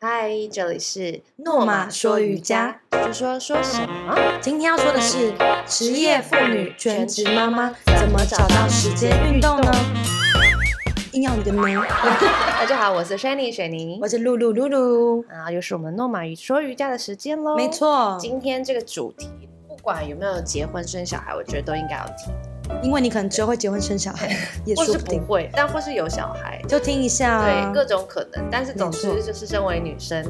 嗨，这里是诺玛说瑜伽，就说说什么？今天要说的是职业妇女、全职妈妈怎么找到时间运动呢？硬要你的名，大家好，我是 Shani 雪妮我，是露露露露，啊，又是我们诺玛与说瑜伽的时间喽。没，错，今天这个主题，不管有没有结婚生小孩，我觉得都应该要听，因为你可能之后会结婚生小 孩，也或说是不不定，会，但或是有小孩，就听一下啊对，各种可能。但是总没之错就是，身为女生，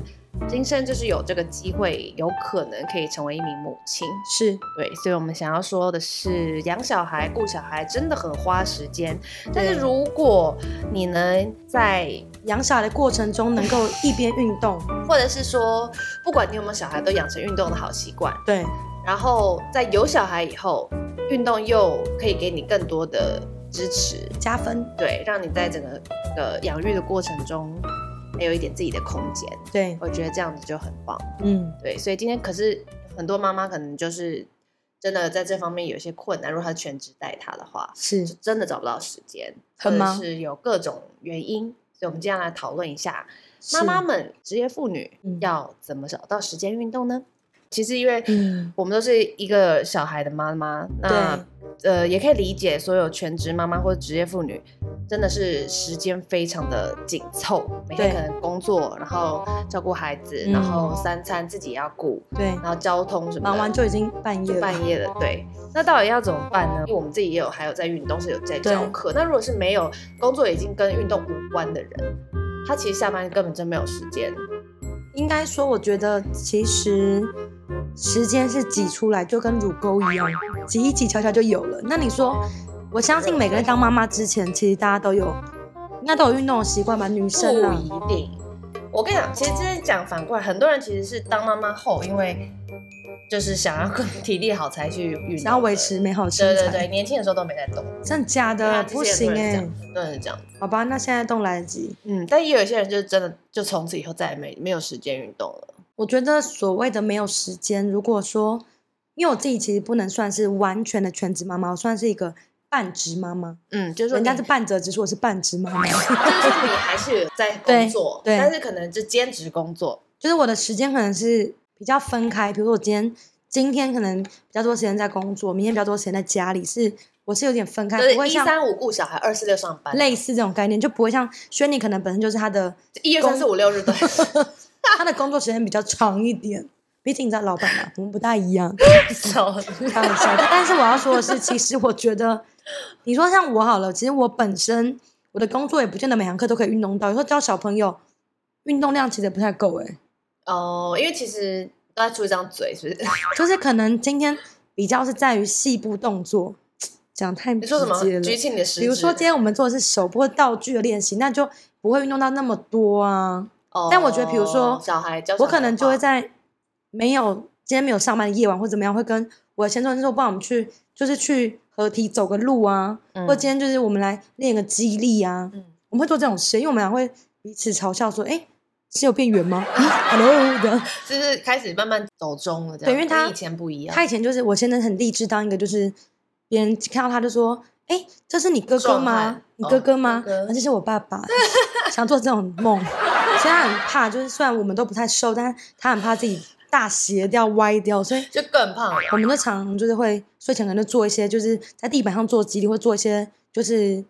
今生就是有这个机会，有可能可以成为一名母亲。是对，所以我们想要说的是，养小孩、顾小孩真的很花时间。但是对如果你能在，养小孩的过程中能够一边运动，或者是说，不管你有没有小孩，都养成运动的好习惯，对，然后在有小孩以后，运动又可以给你更多的支持，加分，对，让你在整个的养育的过程中，还有一点自己的空间。对，我觉得这样子就很棒。嗯，对，所以今天可是很多妈妈可能就是真的在这方面有一些困难，如果她全职带她的话，是就真的找不到时间，很或者忙是有各种原因。所以，我们接下来讨论一下妈妈，们、职业妇女嗯要怎么找到时间运动呢？其实，因为是嗯，我们都是一个小孩的妈妈，那呃，也可以理解所有全职妈妈或者职业妇女，真的是时间非常的紧凑，每天对可能工作，然后照顾孩子，嗯然后三餐自己也要顾，对，然后交通什么的，忙完就已经半夜就了，半夜了。对，哦那到底要怎么办呢？因为我们自己也有还有在运动，是有在教对课。那如果是没有工作已经跟运动无关的人，他其实下班根本就没有时间。应该说，我觉得其实时间是挤出来，就跟乳沟一样，挤一挤瞧瞧就有了。那你说，我相信每个人当妈妈之前，其实大家都有，应该都有运动的习惯吧？女生不啊，一定。我跟你讲，其实今天讲反过来，很多人其实是当妈妈后，因为就是想要更 体力好才去运动的，想要维持美好身对对材，对，年轻的时候都没在动，真的假对啊的？其不实行很多人哎、是这样很多人是这样子。好吧，那现在动来得及。嗯，但也有一些人就是真的就从此以后再也没没有时间运动了。我觉得所谓的没有时间，如果说，因为我自己其实不能算是完全的全职妈妈，我算是一个半职妈妈，嗯，就是说人家你是半责，只是我是半职妈妈。就是说你还是有在工作，对对但是可能就兼职工作，就是我的时间可能是比较分开，比如说我今天今天可能比较多时间在工作，明天比较多时间在家里，是我是有点分开，就是不会一像三五顾小孩，二四六上班，类似这种概念，就不会像轩尼可能本身就是 他的一二三四五六日都 他的工作时间比较长一点，毕竟你知道老板嘛，我们不大一样，少。开玩笑。但是我要说的是，其实我觉得你说像我好了，其实我本身我的工作也不见得每堂课都可以运动到，有时候教小朋友运动量其实也不太够欸诶、 哦，因为其实都在出一张嘴，是不 是？就是可能今天比较是在于细部动作，讲太你说什么直接？了举起你的食指。比如说今天我们做的是手部或道具的练习，那就不会运动到那么多啊。哦，但我觉得比如说小孩教小我孩可能的就会话在没有今天没有上班的夜晚或怎么样，会跟我的先生说，不然我们去就是去合体走个路啊，嗯或今天就是我们来练个肌力啊，嗯我们会做这种事，因为我们俩会彼此嘲笑说，哎。是有变圆吗 嗯？Hello 的，嗯就是开始慢慢走中了，这样对因为跟他以前不一样，他以前就是我先生很励志，当一个就是别人看到他就说：“哎、这是你哥哥壮吗汉？你哥哥吗哦？哥哥啊这是我爸爸。”想做这种梦，所以他很怕。就是虽然我们都不太瘦，但他很怕自己大斜掉、歪掉，所以就更胖了。我们就常就是会睡前可能就做一些，就是在地板上做肌力，会做一些就是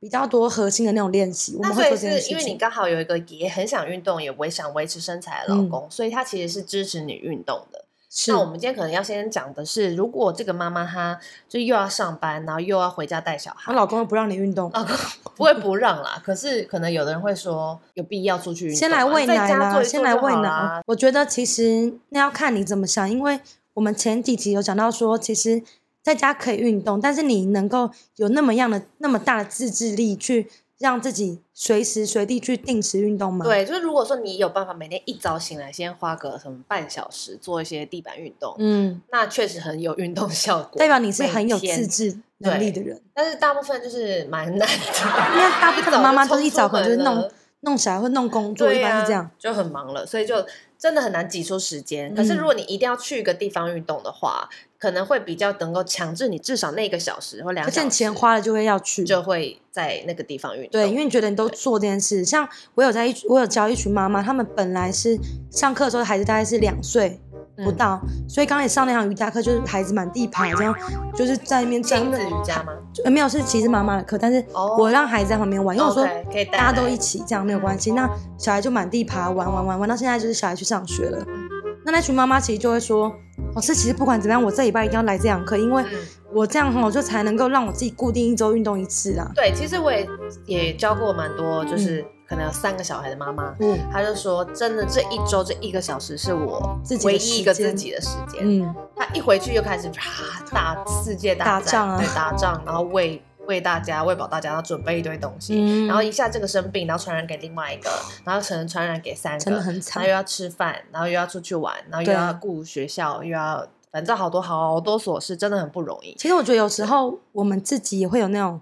比较多核心的那种练习。我那们所会以做这件是因事为你情。刚好有一个也很想运动，也维想维持身材嗯的老公，所以他其实是支持你运动的。是那我们今天可能要先讲的是，如果这个妈妈她就又要上班，然后又要回家带小我 孩，老公又不让你运动，老公不会不让啦。可是可能有的人会说，有必要出去运动吗啊先来喂在奶家做啦，一做先来就好啊喂啦奶。哦我觉得其实那要看你怎么想，因为我们前几集有讲到说，其实在家可以运动，但是你能够有那么样的那么大的自制力去让自己随时随地去定时运动吗？，对，就是如果说你有办法每天一早醒来，先花个什么半小时做一些地板运动，嗯，那确实很有运动效果，代表你是每很有天自制能力的人。但是大部分就是蛮难的，因为大部分的妈妈都是一早可能就是一早就冲出门弄了弄小孩或弄工作，对一呀、般是这样。就很忙了，所以就真的很难挤出时间。可嗯是如果你一定要去一个地方运动的话，可能会比较能够强制你至少那个小时或两而个且小你时，钱花了就会要去，就会在那个地方运动。对，因为你觉得你都对做这件事。像我有在一，我有教一群妈妈，她们本来是上课的时候孩子大概是两岁不嗯到，所以刚开始上那堂瑜伽课就是孩子满地爬，然后就是在那边站亲子瑜伽吗？呃，没有是其实妈妈的课，但是哦我让孩子在旁边玩，因为我说 OK，可以带大家都来一起这样没有关系。那小孩就满地爬玩玩玩玩，到现在就是小孩去上学了。嗯那那群妈妈其实就会说，老师其实不管怎么样，我这礼拜一定要来这堂课，因为嗯我这样吼就才能够让我自己固定一周运动一次啊。对，其实我也也教过蛮多，就是可能有三个小孩的妈妈，嗯她就说，真的这一周这一个小时是我自己的唯一一个时间自己的时间。嗯，他一回去又开始啪打世界大打战仗啊对，打仗，然后喂喂大家喂饱大家，然后准备一堆东西，嗯然后一下这个生病，然后传染给另外一个，然后可能传染给三个，真的很然后惨又。要吃饭，然后又要出去玩，然后又对啊要顾学校，又要反正好多好多琐事，真的很不容易。其实我觉得有时候我们自己也会有那种，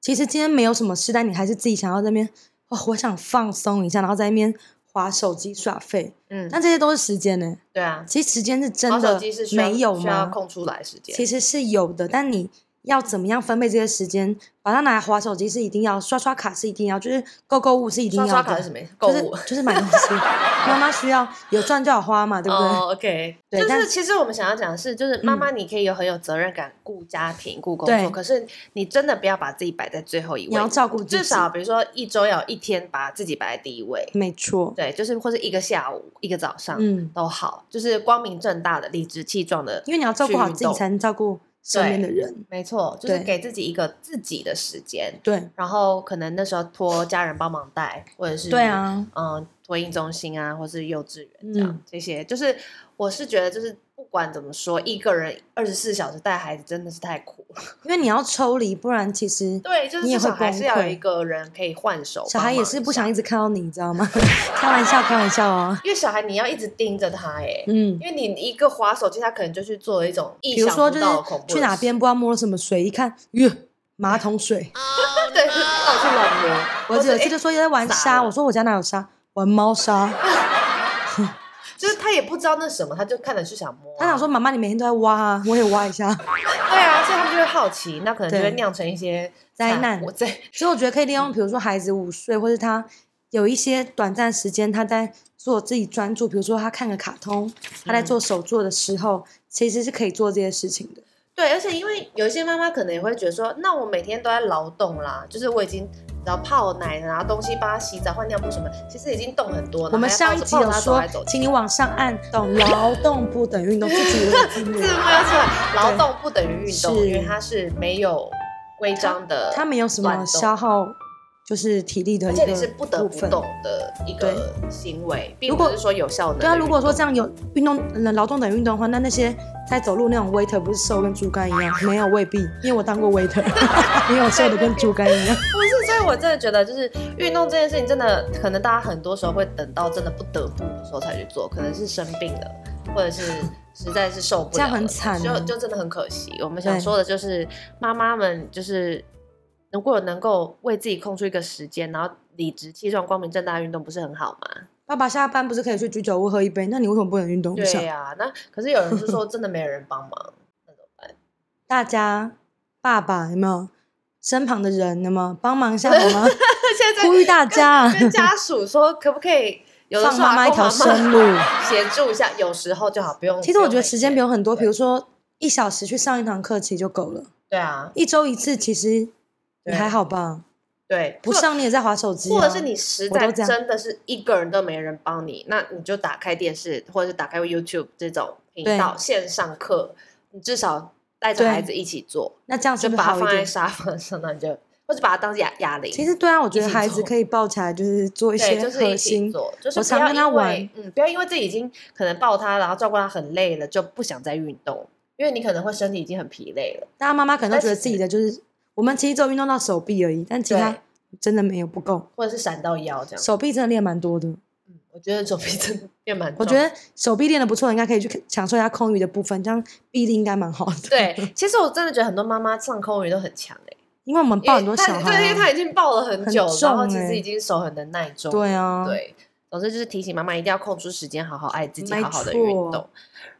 其实今天没有什么事，但你还是自己想要在那边，哦，我想放松一下，然后在那边划手机耍废，嗯，但这些都是时间呢、对啊，其实时间是真玩手的机是需要没有需要吗？空出来时间，其实是有的，但你要怎么样分配这些时间？把它拿来划手机是一定要，刷刷卡是一定要，就是购购物是一定要刷的。刷卡是什么？购就是物。就是买东西，妈妈需要有赚就有花嘛，对不对？哦、o k 对就但嗯是其实我们想要讲的是，就是妈妈你可以有很有责任感，顾家庭、顾工对作，可是你真的不要把自己摆在最后一位，你要照顾自己，至少比如说一周要有一天把自己摆在第一位，没错，对，就是或是一个下午、一个早上、嗯，都好，就是光明正大的、理直气壮的因，为你要照顾好去自运己，动才能照顾身边的人。没错，就是对给自己一个自己的时间，对然后可能那时候托家人帮忙带，或者是对啊，嗯，托婴中心啊，或是幼稚园这样、嗯这些，就是我是觉得，就是不管怎么说，一个人二十四小时带孩子真的是太苦了。 因为你要抽离，不然其实对，就是你也至会少还崩是要有溃一个人可以换手。小孩也是不想一直，直看到你，你知道吗？ 开玩笑，开玩笑哦。因为小孩你要一直盯着他哎、嗯，因为你一个滑手机，他可能就去做一种意比如想说不就到的恐怖是去的哪事边不知道摸了什么水，一看，哟，马桶水。啊对，就是到处乱摸。啊我或者有一次诶就说在玩撒沙，哎了我说我家哪有沙，玩猫砂。 就是他也不知道那什么，他就看着就想摸啊、他想说妈妈，你每天都在挖啊，我也挖一下。对啊，所以他们就会好奇，那可能就会对酿成一些灾惨难我在所以我觉得可以利嗯用，比如说孩子午睡，或是他有一些短暂时间他在做自己专注，比如说他看个卡通，嗯他在做手作的时候，其实是可以做这些事情的。对，而且因为有一些妈妈可能也会觉得说，那我每天都在劳动啦，就是我已经然后泡奶，然后东西帮她洗澡、换尿布什么，其实已经动很多了。我们还要抱上一着集抱着有她哎走说来走，去请你往上按，懂劳动不等于运动，自 己有自字律幕，要出来，劳动不等于运动，是因为它是没有规章的，他没有什乱么动消耗，就是体力的而一且个你是不得部不分。动的一个行为，并如果不是说有效能的运动。对啊，如果说这样有运动、呃劳动等于运动的话，那那些在走路那种 waiter 不是瘦跟猪肝一样？没有，未必，因为我当过 waiter，没有瘦的跟猪肝一样。不是，所以我真的觉得，就是运动这件事情，真的可能大家很多时候会等到真的不得不的时候才去做，可能是生病了，或者是实在是受不了了，这样很惨啊就就真的很可惜。我们想说的就是，妈妈们就是如果能够为自己空出一个时间，然后理直气壮、光明正大地运动，不是很好吗？爸爸下班不是可以去居酒屋喝一杯？那你为什么不能运动一下？对呀、那可是有人是说真的没有人帮 忙，那怎么办？大家，爸爸有没有身旁的人有没有帮忙一下好吗？现 在在呼吁大家跟跟家属说，可不可以有的放时候妈妈阿一公条 生路。协助一下，有时候就好，不用。其实我觉得时间不不用用很多，对比如说一小时去上一堂课其实就够了，对啊，一周一次其实也还好吧。对，不或上你也在划手机、啊，或者是你实我在都这样真的是一个人都没人帮你，那你就打开电视或者是打开 YouTube 这种频道线上课，你至少带着对孩子一起做，那这样是就不是把它好一放在点？沙发上，那你就或者把它当哑哑铃。其实对啊，我觉得一起孩子做可以抱起来，就是做一对，些就是核一起心。做，就是我不常要跟他因为玩嗯，不要因为自己已经可能抱他，然后照顾他很累了，就不想再运动，因为你可能会身体已经很疲累了。大家妈妈可能但都觉得其自己实的就是，我们其实只有运动到手臂而已，但其他对真的没有不够。或者是闪到腰这样，手臂真的练蛮多的，嗯，我觉得手臂真的 变蛮重。我觉得手臂练的不错，应该可以去享受一下空余的部分，这样臂力应该蛮好的。 对，其实我真的觉得很多妈妈上空语都很强哎、因为我们抱很多因为小他孩对，因为啊、他已经抱了很久，很重然后其实欸已经手很能耐重。对啊，，对，总之就是提醒妈妈一定要空出时间，好好爱自己，没好好的运错动。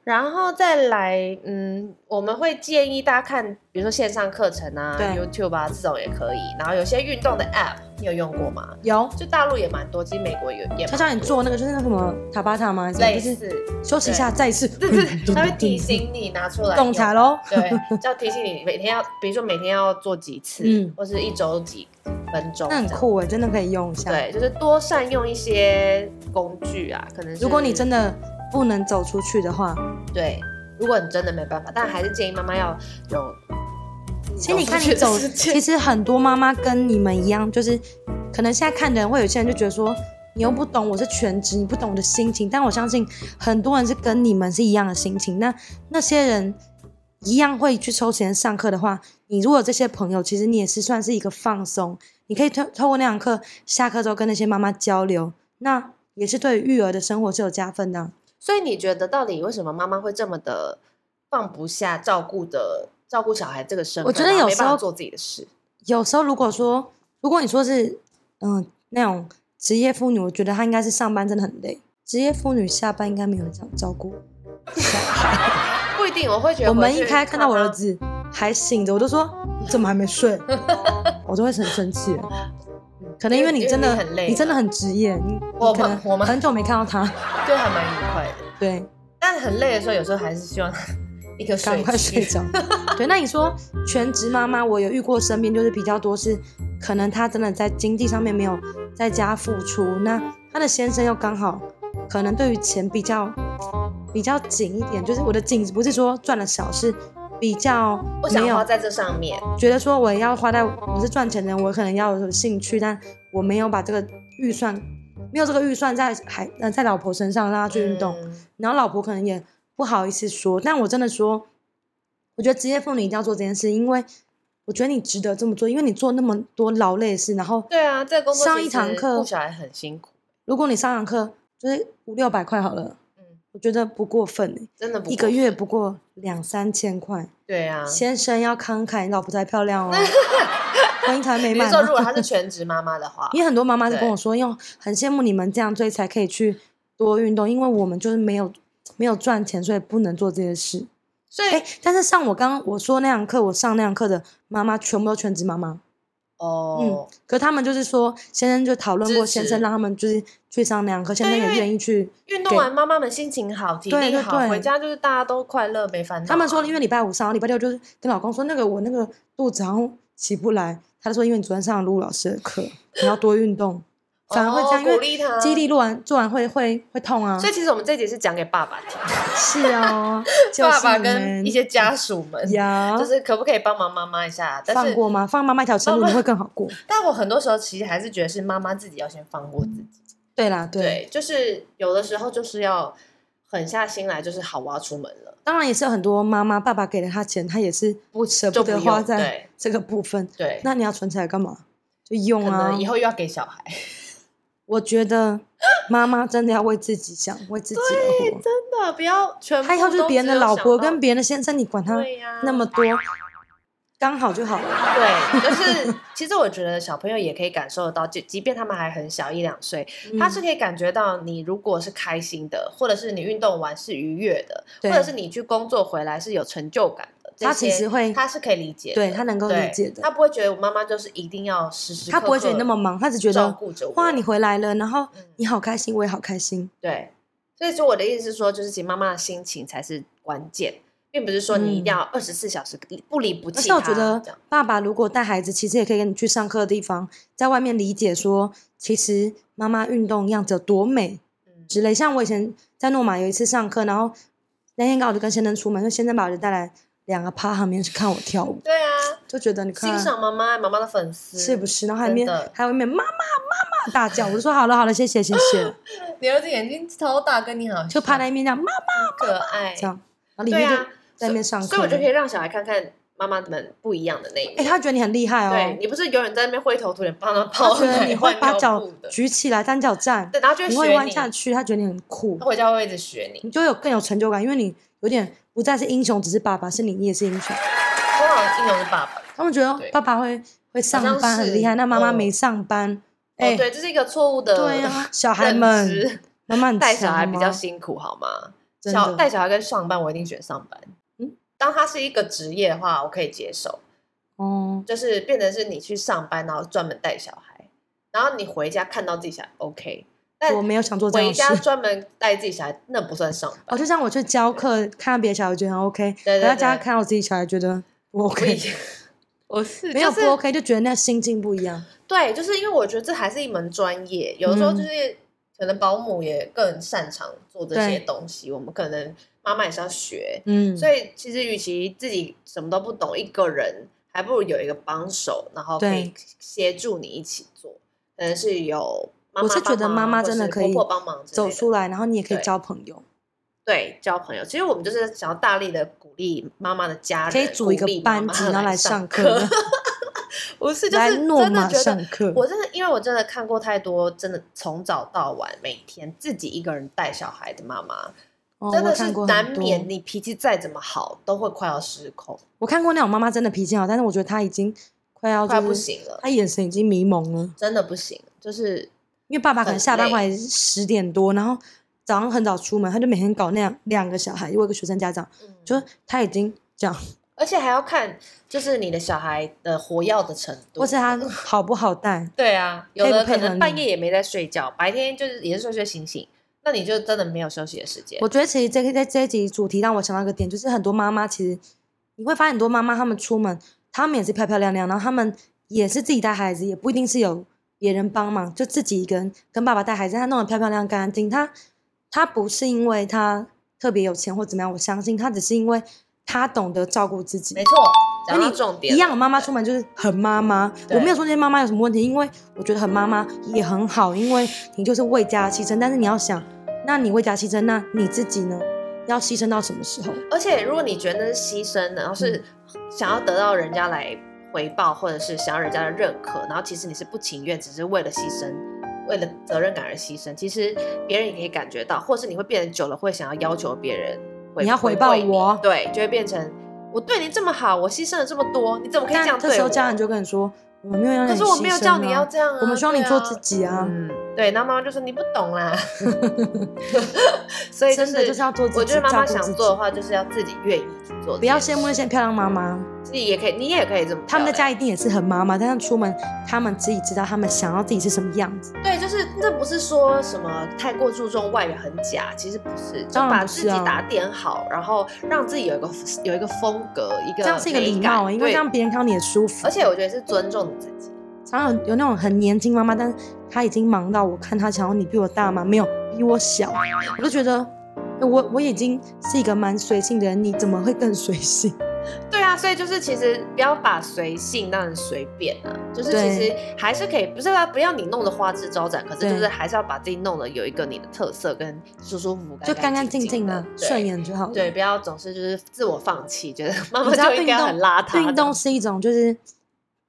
然后再来，嗯，我们会建议大家看，比如说线上课程啊、对 YouTube 啊这种也可以。然后有些运动的 App，你有用过吗？有。就大陆也蛮多，其实美国也也他蛮叫你做那个就是那个什么塔巴塔吗？还是什么类就是似，休息一下，再一次。对对， 对它会提醒你拿出来洞用。察喽。对，就要提醒你每天要，比如说每天要做几次，嗯或是一周几分钟，那很。酷哎，真的可以用一下。，对，就是多善用一些工具啊，可能如果你真。真的不能走出去的话，对，如果你真的没办法，但还是建议妈妈要有。其哦实你看你走，其实很多妈妈跟你们一样，就是可能现在看的人会有些人就觉得说，你又不懂我是全职，你不懂我的心情。但我相信很多人是跟你们是一样的心情。那那些人一样会去抽时间上课的话，你如果有这些朋友，其实你也是算是一个放松。你可以透透过那堂课下课之后跟那些妈妈交流，那也是对于育儿的生活是有加分的啊、所以你觉得到底为什么妈妈会这么的放不下照顾的照顾小孩这个身份？我觉得然后有没时办法候做自己的事，有时候如果说，如果你说是嗯、那种职业妇女，我觉得她应该是上班真的很累。职业妇女下班应该没有人这样照顾。不一定。我会觉得我门回一去开看到我妈妈儿，子还醒着，我就说你怎么还没 睡？我就会很生气了。可能因为你真的嗯因为你很累了啊你真的很职业，你你我可们能我们很久没看到他，就还蛮愉快的。对，但很累的时候，有时候还是希望一个赶快睡区。着。 对，那你说全职妈妈，我有遇过身边就是比较多是，可能她真的在经济上面没有在家付出，那她的先生又刚好可能对于钱比较比较紧一点，就是我的紧不是说赚了少，是比较我想没有花在这上面，觉得说我要花在我是赚钱的人，我可能要有兴趣，但我没有把这个预算，没有这个预算在还呃在老婆身上让她去运动。嗯然后老婆可能也不好意思说，但我真的说，我觉得职业妇女一定要做这件事，因为我觉得你值得这么做，因为你做那么多劳累的事，然后对啊，这个工作上其一堂实课顾小孩很辛苦，如果你上堂课就是五六百块好了，嗯，我觉得不过分欸、真的不一过个月分不过两三千块，对啊。先生要慷慨，老婆才 漂亮哦，婚姻才美比如满说，如果哦。她是全职妈妈的话， 因为很多妈妈就跟我说，哟，很羡慕你们这样，所以才可以去多运动，因为我们就是没有没有赚钱，所以不能做这些事。所以哎、但是像我刚刚我说那堂课，我上那堂课的妈妈全部都全职妈妈，嗯哦，可他们就是说先生就讨论支过，持先生让他们就是去上那堂课，先生因为也愿意去。运动完，妈妈们心情好，体对力对好，对回家就是大家都快乐，没烦恼啊。他们说因为礼拜五上，礼拜六就是跟老公说那个我那个肚子好像起不来，他就说因为你昨天上了陆老师的课，你要多运动，反而会这哦样，因鼓为励他肌力。录完做完会会会痛啊所。以其实我们这集是讲给爸爸听，是 哦，就是爸爸你跟们一些家属们， 呀就是可不可以帮忙妈妈一下？但放是，过吗？放妈妈一条生路，妈妈你会更好过。但我很多时候其实还是觉得是妈妈自己要先放过自己。对啦，嗯对。对，就是有的时候就是要狠下心来，就是好，我要出门了，当然也是有很多妈妈爸爸给了她钱，她也是不舍不就不得用花在对这个部分。对，那你要存起来干嘛？就用可啊能！以后又要给小孩。我觉得妈妈真的要为自己想，为自己而活。真的不要全部她以后就是别人的老婆跟别人的先生，你管他对啊呀那么多，刚好就好了。对，就是其实我觉得小朋友也可以感受得到，就即便他们还很小一两岁，他嗯是可以感觉到你如果是开心的，或者是你运动完是愉悦的，或对者是你去工作回来是有成就感的，这他其些实会他是可以理解的，对他能够对理解的他不会觉得我妈妈就是一定要时时他刻刻不会觉得你那么忙，他只觉照得顾着我，哇，你回来了，然后嗯你好开心，我也好开心。对，所以说我的意思是说，就是其实妈妈的心情才是关键，并不是说你一定要二十四小时不离不而弃且她，嗯我觉得这样爸爸如果带孩子，其实也可以跟你去上课的地方，在外面理解说，其实妈妈运动样子有多美嗯之类。像我以前在诺马有一次上课，然后那天刚好就跟先生出门，就先生把我就带来两个趴旁边去看我跳舞，对啊，就觉得你欣看赏妈妈妈妈的粉丝是不是？是？然后还面真的还有一面妈妈妈妈大叫，我就说好了好了，谢谢 谢谢，你儿子眼睛超大，跟你好像，就趴在一面这样妈妈可爱，这样，然后里哎对面就啊，在那边上课，所以我就可以让小孩看看妈妈们不一样的那一哎、面。他觉得你很厉害对哦，你不是永远在那边灰头土脸 帮他他泡觉得奶、你会换把尿脚布的，举起来单脚站。对，然后就你学会弯你，啊下去，他觉得你很酷他，回家会一直学你。你就有更有成就感，因为你有点不再是英雄，只是爸爸，是你，你也是英雄。通常英雄是爸爸，哦他们觉得对爸爸会会上好班像很是厉害，那妈妈嗯没上班，哎、哦，对，这是一个错误的对 啊小孩认们知妈妈很带小强啊孩比吗较辛苦，好吗？真小的带小孩跟上班，我一定选上班。嗯当它是一个职业的话，我可以接受，哦，就是变成是你去上班，然后专门带小孩，然后你回家看到自己小孩，OK。但我没有想做这回种家事。专门带自己小孩，那不算上哦，班。就像我去教课，看到别的小孩觉得很 OK，对对回到家对看到自己小孩觉得不我以 OK，前 我是没有就不是 OK 就觉得那心境不一样。对，就是因为我觉得这还是一门专业，有的时候嗯就是、可能保姆也更擅长做这些对东西，我们可能妈妈也是要学，嗯，所以其实与其自己什么都不懂一个人，还不如有一个帮手，然后可以对协助你一起做，可能是有妈我妈是觉得帮忙妈啊妈或真的是可以婆婆帮忙之走类的出来，然后你也可以对交朋友，对交朋友。其实我们就是想要大力的鼓励妈妈的家人，可以组一个鼓励妈班妈级，然后来上上课， 不是就来是诺真的玛觉上得。课。我真的，因为我真的看过太多，真的从早到晚，每天自己一个人带小孩的妈妈，哦真我的看是过很难多免你脾气再怎么好，都会快要失控，我看过那种妈妈真的脾气好，但是我觉得她已经快要、就快是、不，行了。她眼神已经迷蒙了。真的不行，就是因为爸爸可能很下班累回来十点多，然后早上很早出门，他就每天搞那样两个小孩。我有个学生家长，就就是他已经这样，而且还要看就是你的小孩的活跃的程度，或 是他好不好带，对啊，有配的不配可合能你半夜也没在睡觉，白天就是也是睡睡醒醒，那你就真的没有休息的时间。我觉得其实这个在这一集主题让我想到一个点，就是很多妈妈其实你会发现很多妈妈她们出门，她们也是漂漂亮亮，然后她们也是自己带孩子，也不一定是有别人帮忙，就自己一个人跟爸爸带孩子，她弄得漂漂亮干干净。她她不是因为她特别有钱或怎么样，我相信她只是因为她懂得照顾自己没。错，讲那到你重点一了样，妈妈出门就是很妈妈。对我没有说这些妈妈有什么问题，因为我觉得很妈妈也很好，因为你就是为家牺牲。但是你要想，那你为家牺牲，那你自己呢？要牺牲到什么时候？而且如果你觉得那是牺牲，然后嗯是想要得到人家来回报，或者是想要人家的认可，然后其实你是不情愿，只是为了牺牲。为了责任感而牺牲，其实别人也可以感觉到，或是你会变得久了会想要要求别人回，你要回报馈你我对，就会变成我对你这么好，我牺牲了这么多，你怎么可以这样但对这我？时候家人就跟你说，嗯我们没有让你、可牺是我没有牲叫你啊要这样啊，我们希望你对啊做自己啊。嗯，对，然后妈妈就说你不懂 啦，所以真的就是要做自己我觉得妈妈照顾想自己做的话，就是要自己愿意去做这件事，不要羡慕那些漂亮妈妈，自己也可以，你也可以这么。她们在家一定也是很妈妈，但是出门她们自己知道她们想要自己是什么样子。对，就是那不是说什么太过注重外表很假，其实不是，就当然把不自是己啊打点好，然后让自己有一个有一个风格，一个这样是一个美礼感貌，因为对让别人看到你也舒服而。且我觉得是尊重你自己。常常有有那种很年轻妈妈，但是她已经忙到我看她想要你比我大吗？没有，比我小。我就觉得我我已经是一个蛮随性的人，你怎么会更随 性？对啊，所以就是其实不要把随性当成随便啊，就是对其实还是可以，不是啊，不要你弄得花枝招展，可是就对是还是要把自己弄得有一个你的特色跟舒舒服服，就干干干净净的的，，顺。眼就好了。对，不要总是就是自我放弃，觉得妈你妈知道就应运该动很邋遢的。运动是一种就是，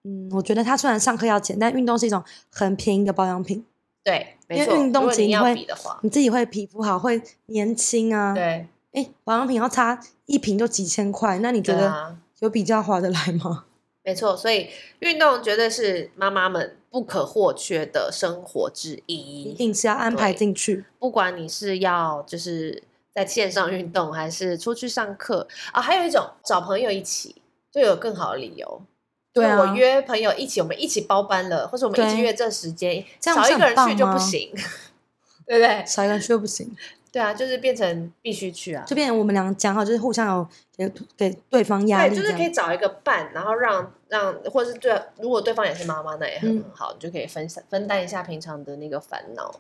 嗯，我觉得它虽然上课要钱，但运动是一种很便宜的保养品。对，因没为错。运动如果其实你你要会比的话，你自己会皮肤好，会年轻啊。，对，哎，保养品要擦一瓶就几千块，那你觉对得啊，有比较划得来吗？没错。所以运动绝对是妈妈们不可或缺的生活之一一。定是要安排对进去。不管你是要就是在线上运动，还是出去上课啊，还有一种找朋友一起，就有更好的理由。对啊就我约朋友一起，我们一起包班了，或者我们对一起约这时间，这样不少是一个人去很就棒吗不行， 对不对？少一个人去又不行。对啊，就是变成必须去啊。就变成我们俩讲好，就是互相有给给对方压对，力，就是这可以样找一个伴，然后让让，或者是对，啊如果对方也是妈妈，那也很嗯好，你就可以分散分担一下平常的那个烦恼。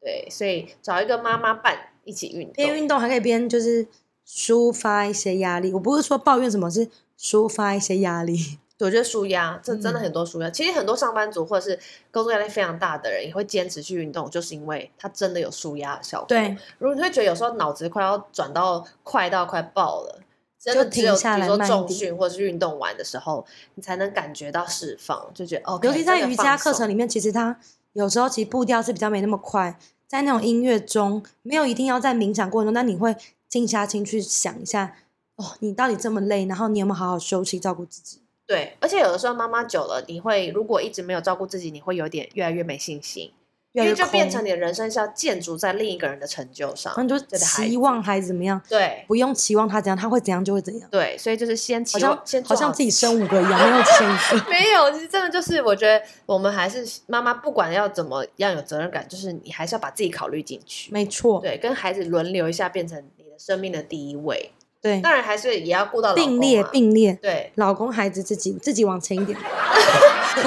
对，所以找一个妈妈伴一起运动边，运动还可以边就是抒发一些压力。我不是说抱怨什么，是抒发一些 压力。对我觉得舒压，这真的嗯很多舒压。其实很多上班族或者是工作压力非常大的人，也会坚持去运动，就是因为它真的有舒压的效果。，对，如果你会觉得有时候脑子快要转到快到快爆了，真的就只有停下比来如说慢一重点训或者是运动完的时候，你才能感觉到释放，就觉得哦， 尤其在瑜伽课程里面，其实它有时候其实步调是比较没那么快，在那种音乐中，没有一定要在冥想过程中，但你会静下心去想一下，哦，你到底这么累，然后你有没有好好休息照顾自己？对，而且有的时候妈妈久了，你会如果一直没有照顾自己，你会有点越来越没信心，越因为来越就变成空你的人生是要建筑在另一个人的成就上。然后你就对的孩期子望孩子怎么样，对不用期望他怎样，他会怎样就会怎样，对，所以就是先好期望像先好做像自己生五个一样，没有生 一个。没有，其实真的就是，我觉得我们还是妈妈，不管要怎么样有责任感，就是你还是要把自己考虑进去。没错，对，跟孩子轮流一下，变成你的生命的第一位。对，当然还是也要顾到老公、啊、并列并列，对，老公孩子自己自己往前一点。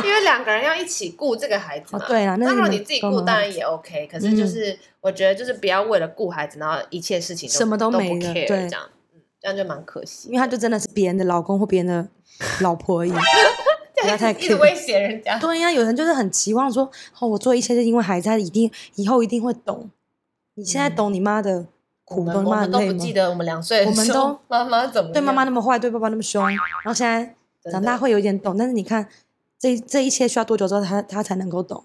因为两个人要一起顾这个孩子哦嘛。，对啦，那那是如果的你自己功顾，劳当然也 OK。可是嗯就是、我觉得就是不要为了顾孩子，然后一切事情都什么都都没不了 care 对这样，嗯，这样就蛮可惜因为。他就真的是别人的老公或别人的老 婆而已，不要太一直 care。威胁人家，对呀、有人就是很期望说，哦，我做一切是因为孩子，他一定以后一定会懂。你现在嗯懂你妈的我苦，们懂你我妈们的都累不吗记？得我们两岁的我们时候都妈妈怎么对妈样妈那么坏，对爸爸那么凶，然后现在真长的大会有一点懂，但是你看这这一切需要多久之后他，他才能够懂？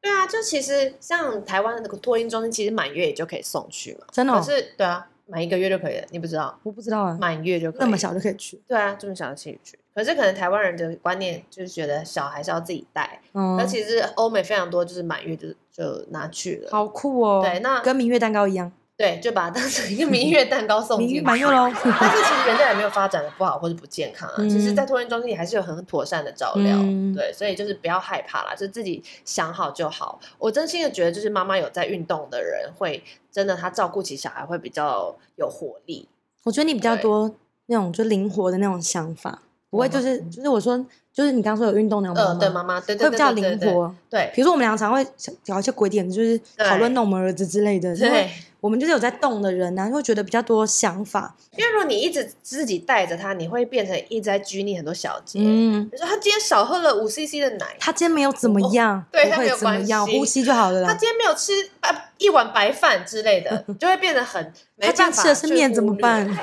对啊，就其实像台湾的那个托婴中心，其实满月也就可以送去嘛。真的哦、可是对啊，满一个月就可以了，你不知道，我不知道啊，满月就可以。那么？小就可以去，对啊，这么小的兴趣。可是可能台湾人的观念就是觉得小孩是要自己带，嗯那、，其实欧美非常多就是满月就就拿去了，好酷哦。对那跟明月蛋糕一样，对，就把它当成一个明月蛋糕送明进月去。满月喽。 但是其实人家也没有发展的不好或者不健康啊，嗯其实，在托运中心也还是有很妥善的照料，嗯对，所以就是不要害怕啦，就自己想好就好。我真心的觉得，就是妈妈有在运动的人，会真的她照顾起小孩会比较有活力。我觉得你比较对多那种就灵活的那种想法，不会嗯就是就是我说就是你刚说有运动那种呃，对，妈妈妈妈，对对对会比较对灵对活。对比如说我们俩常会聊一些鬼点，就是讨论对到我们儿子之类的，对因为对，我们就是有在动的人然后会觉得比较多想法，因为如果你一直自己带着他，你会变成一直在拘泥很多小节。嗯，比如说他今天少喝了五 CC 的奶，他今天没有怎么样，哦对不他没会有怎么关样，系呼吸就好了他啦。今天没有吃啊一碗白饭之类 的，就会变得很没他今办天法。吃的是面怎么 办？？就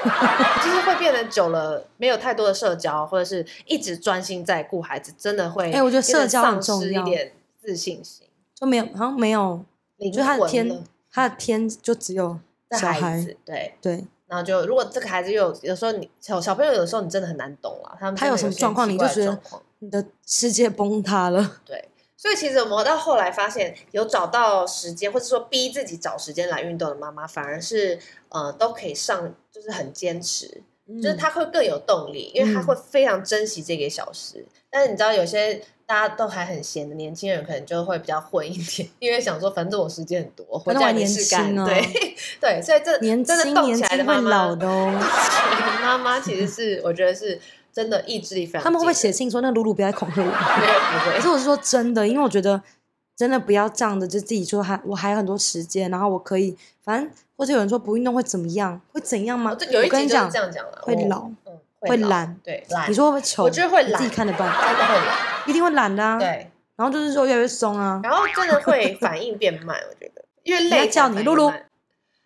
是会变得久了，没有太多的社交，或者是一直专心在顾孩子，真的会哎我觉得有点社交很丧失重要一点自信心，就没有，好像没有，灵就他的魂天了，他的天就只有这小孩孩，子对。对然后就，如果这个孩子又有有时候你小小朋友有时候你真的很难懂啦，他们真的他有有什么些状况奇你怪就的觉得状况你的世界崩塌了，所以其实我们到后来发现，有找到时间，或者说逼自己找时间来运动的妈妈，反而是呃都可以上，就是很坚持， 嗯就是她会更有动力，因为她会非常珍惜这个小时。但是你知道，有些大家都还很闲的年轻人，可能就会比较混一点， 因为想说反正我时间很多，回反正家我还也没年事干，轻啊对 对，所以这年真轻的动年起来的轻妈会妈，老的哦。 妈妈其实是我觉得是真的意志力非常惊人，他们会不会写信说那个鲁鲁不要再恐吓 我？ 没有？不会可是我是说真的，因为我觉得真的不要这样的，就自己说还我还有很多时间，然后我可以，反正或者有人说不运动会怎么样，会怎样吗哦这？有一我跟集你就是讲这，样讲了，会我老，嗯，会老懒，对，懒，你说会不会丑？我觉得会你自己懒看着办，真的会懒，一定会懒的啊。对，然后就是肉越来越松啊，然后真的 会反应变慢，我觉得，因为人累家才叫你反露应露慢。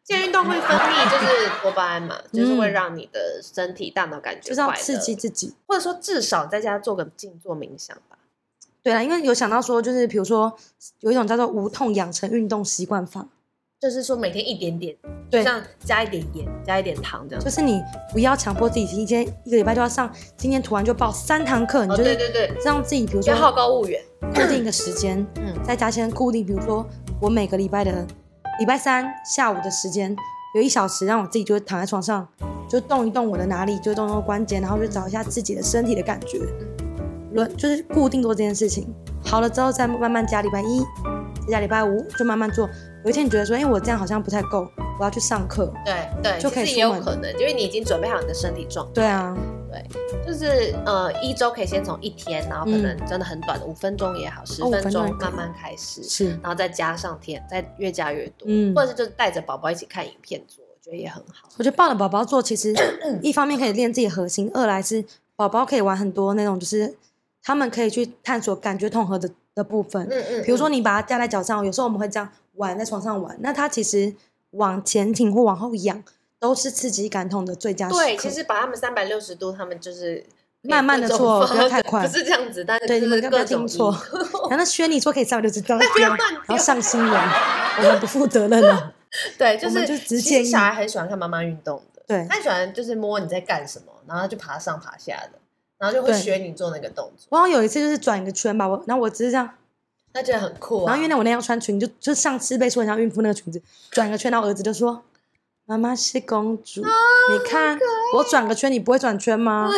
现在运动会分泌就是多巴胺嘛，就是会嗯让你的身体、大脑感觉就是要快刺乐激，自己。或者说至少在家做个静坐冥想吧。对啊，因为有想到说，就是比如说有一种叫做无痛养成运动习惯法，就是说每天一点点，对像加一点盐、加一点糖这样就。是你不要强迫自己今天一个礼拜就要上，今天突然就报三堂课，你哦，就对是对对，让自己比如不说要好高骛远。固定一个时间，嗯在家先固定，比如说我每个礼拜的礼拜三下午的时间，有一小时让我自己就躺在床上，就动一动我的哪里，就动一动关节，然后就找一下自己的身体的感觉，轮就是固定做这件事情。好了之后再慢慢加礼拜一，再加礼拜五，就慢慢做。有一天你觉得说，哎、我这样好像不太够，我要去上课。对对，就可以其实出也有门可能，因为你已经准备好你的身体状态。对啊，就是呃，一周可以先从一天，然后可能真的很短的五分钟也好，十嗯哦五分分钟也钟可以慢慢开始，是，然后再加上天，再越加越多，嗯或者是就是带着宝宝一起看影片做，我觉得也很好。我觉得抱着宝宝做，其实一方面可以练自己的核心，二来是宝宝可以玩很多那种，就是他们可以去探索感觉统合的的部分。嗯嗯比如说你把它架在脚上，有时候我们会这样玩，在床上玩，那它其实往前挺或往后仰，都是刺激感统的最佳时刻。嗯对，其实把他们三百六十度，他们就是慢慢地各种做方不要太快不是这样子，但是对就你们是不要各听种错移动然后轩你说可以上来就知道，不要乱然后丢上新闻，我们不负责任了。对，就 我们是就只其建实议小 孩很喜欢看妈妈运动的，对他喜欢就是摸你在干什么，然后就爬上爬下的。然后就会对学你做那个动作，我好像有一次就是转一个圈吧，我然后我只是这样，那觉得很酷啊。然后因为那我那样穿裙就就上次被说很像孕妇那个裙子，转个圈，然后儿子就说：“妈妈是公主，啊你看我转个圈，你不会转圈吗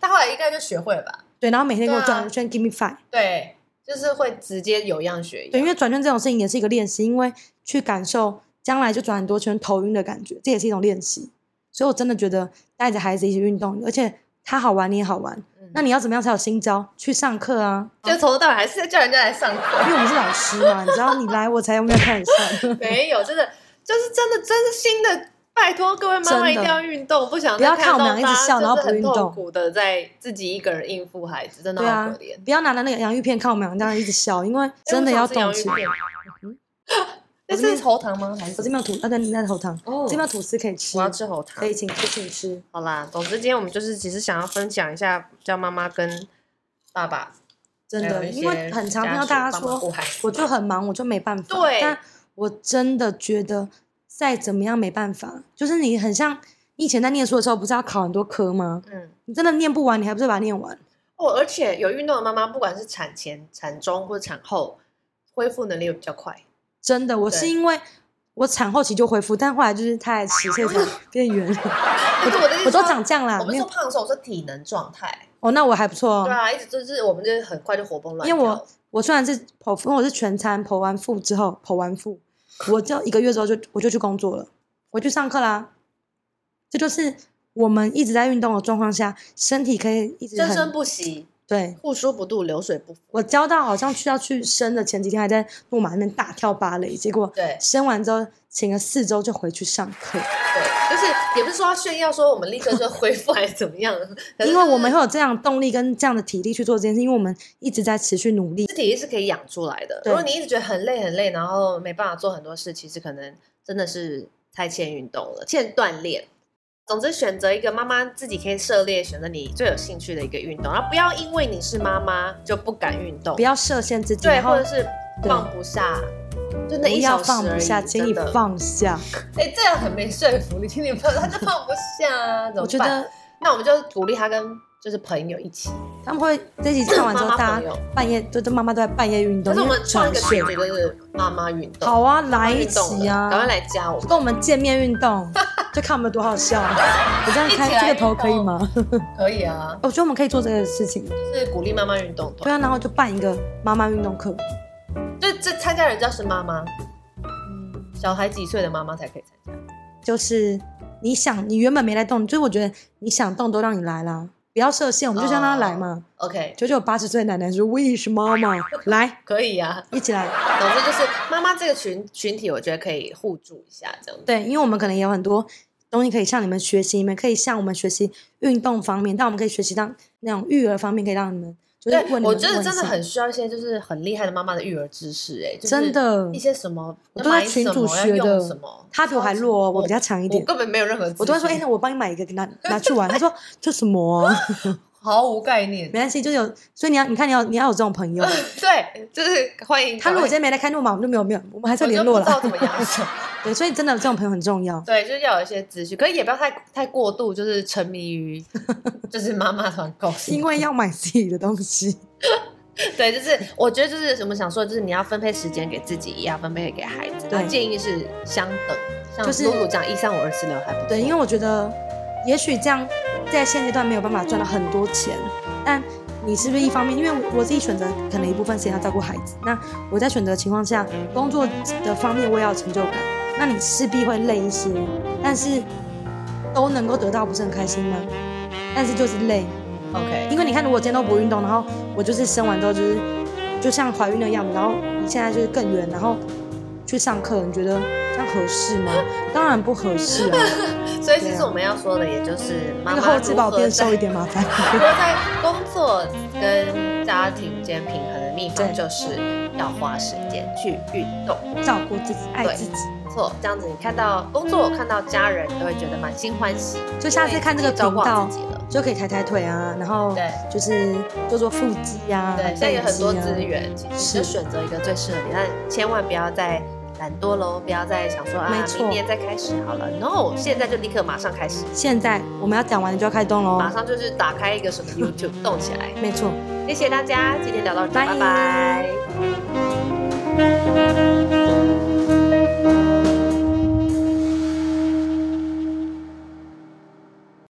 他后来应该就学会了吧？？”对，然后每天给我啊对啊转个圈，give me five。对，就是会直接有样学样。对，因为转圈这种事情也是一个练习，因为去感受将来就转很多圈头晕的感觉，这也是一种练习。所以我真的觉得带着孩子一起运动，而且他好玩你也好玩。嗯那你要怎么样才有新招？去上课啊，就从头到尾还是在叫人家来上 课。因为我们是老师嘛，你知道你来我才有没有开始上。没有，真的就是真的，真心的，拜托各位妈真妈的一定要运动，不想不要再看看我到们俩一直妈笑就是然后不运动很痛苦的在自己一个人应付孩子，真的对好啊可怜。哎，不要拿那个洋芋片看我们俩这样一直笑，因为真为什的么要是洋动芋起来。片嗯。 那我这是边喉糖吗？还是我这边有吐，那在那在喉糖，哦这边有吐司可以吃，我要吃喉糖可。以请吃请吃。好啦，总之今天我们就是只是想要分享一下，叫妈妈跟爸爸真还的，有一因为些很常听家属到大家帮忙说顾孩子我就很忙，我就没办法。对但我真的觉得再怎么样没办法，就是你很像你以前在念书的时候，不是要考很多科吗？嗯。你真的念不完，你还不是把它念完？哦，而且有运动的妈妈，不管是产前、产中或产后，恢复能力又比较 快。真的，我对是因为我产后期就恢复，但后来就是太迟，所以才变圆。 但是我的意思我都说长这样啦我，不没是说有胖瘦，我说体能状态。哦，那我还不错对哦。啊，一直就是我们就是很快就活蹦乱跳。因为我我虽然是剖腹，因为我是全餐剖完腹之后剖完腹，我就一个月之后就我就去工作了，我去上课啦。这就是我们一直在运动的状况下，身体可以一直生很生不息，对。护枢不度，流水不 腐。我教到好像去要去生的前几天还在诺马那边大跳芭蕾，结果对生完之后请了四周就回去上课，对，就是也不是说要炫耀说我们立刻就恢复还是怎么样，可是因为我们会有这样的动力跟这样的体力去做这件事，因为我们一直在持续努力。肢体是可以养出来的。对如果你一直觉得很累很累，然后没办法做很多事，其实可能真的是太欠运动了，欠锻炼。总之，选择一个妈妈自己可以涉猎，选择你最有兴趣的一个运动，然后不要因为你是妈妈就不敢运动不，要设限自己，对，然后或者是放不下，就那不一小要时放不下，而已请你。真的放下。哎、这样很没说服力，请你放，他就放不下啊，怎 我么觉办？得那我们就鼓励他跟就是朋友一起，他们会这集唱 完之后，妈妈大朋家友半夜就就妈妈都在半夜运可是动，我因们为创一个喘睡群组就是妈妈运动，好啊，来妈妈一运动起了赶快啊，来加我们。跟我们见面 运动，就看我们有多好笑。我这样一起开来这个头运可以动吗？哦可以啊，我觉得我们可以做这个事情，就是鼓励妈妈运动对团，啊，然后就办一个妈妈运动课，就这参加人家是妈妈，小孩几岁的妈妈才可以参加？就是你想你原本没来动，就是我觉得你想动都让你来啦，不要设限，我们就让他来哦嘛。 OK，九九八十岁的奶奶说：“为什么嘛？来，可以啊。一起来。”总之就是妈妈这个群群体，我觉得可以互助一下这样子。对，因为我们可能也有很多东西可以向你们学习，你们可以向我们学习运动方面，但我们可以学习到那种育儿方面，可以让你们就是对问你们我觉得问真的上很需要一些就是很厉害的妈妈的育儿知识、哎，就是真的一些什么，我要都在买群什主么要学用的什么，他比我还弱哦，我比较强一我点。根本没有任何资讯，我都会说，哎、那我帮你买一个，拿拿去玩。他说这什么啊、 毫无概念没。关系，就是有，所以你要，你看你要，你要有这种 朋友。对，就是欢迎他如果赶今天没来开诺马，我们就没有没有，我们还是快有联络我就了。不知道怎么养成。对，所以真的这种朋友很重要。对，就是要有一些资讯，可是也不要太太过度，就是沉迷 于就是妈妈团购，因为要买自己的东西，对，就是我觉得就是我们想说，就是你要分配时间给自己，也要分配给孩子。对那建议是相等，像就是露露这样一三五二四六还不错对，因为我觉得，也许这样在现阶段没有办法赚到很多钱，但你是不是一方面，因为我自己选择可能一部分时间要照顾孩子，那我在选择的情况下，工作的方面我也要有成就感，那你势必会累一些，但是都能够得到，不是很开心吗？但是就是累， OK，因为你看，如果今天都不运动，然后我就是生完之后就是就像怀孕那样，然后现在就是更圆，然后去上课，你觉得这样合适吗？当然不合适啊， 所以其对实啊我们要说的，也就是妈妈那个后置把我如何变瘦在一点麻 烦。如何在工作跟家庭间平衡的秘方，对就是要花时间去运动。照顾自己，爱自己。没错，这样子你看到工作，看到家人，你都会觉得满心欢喜。嗯就下次看这个因为自己照频顾好道自己了。就可以抬抬腿啊，然后对就是做做腹肌啊，对，现在有很多背肌啊资源，其实是就选择一个最适合你，但千万不要在懒惰喽，不要再想说啊没，错哦明年再开始好了。No，现在就立刻马上开始，现在我们要讲完了就要开动喽，马上就是打开一个什么 YouTube 动起来。没错。谢谢大家，今天聊到这，拜拜拜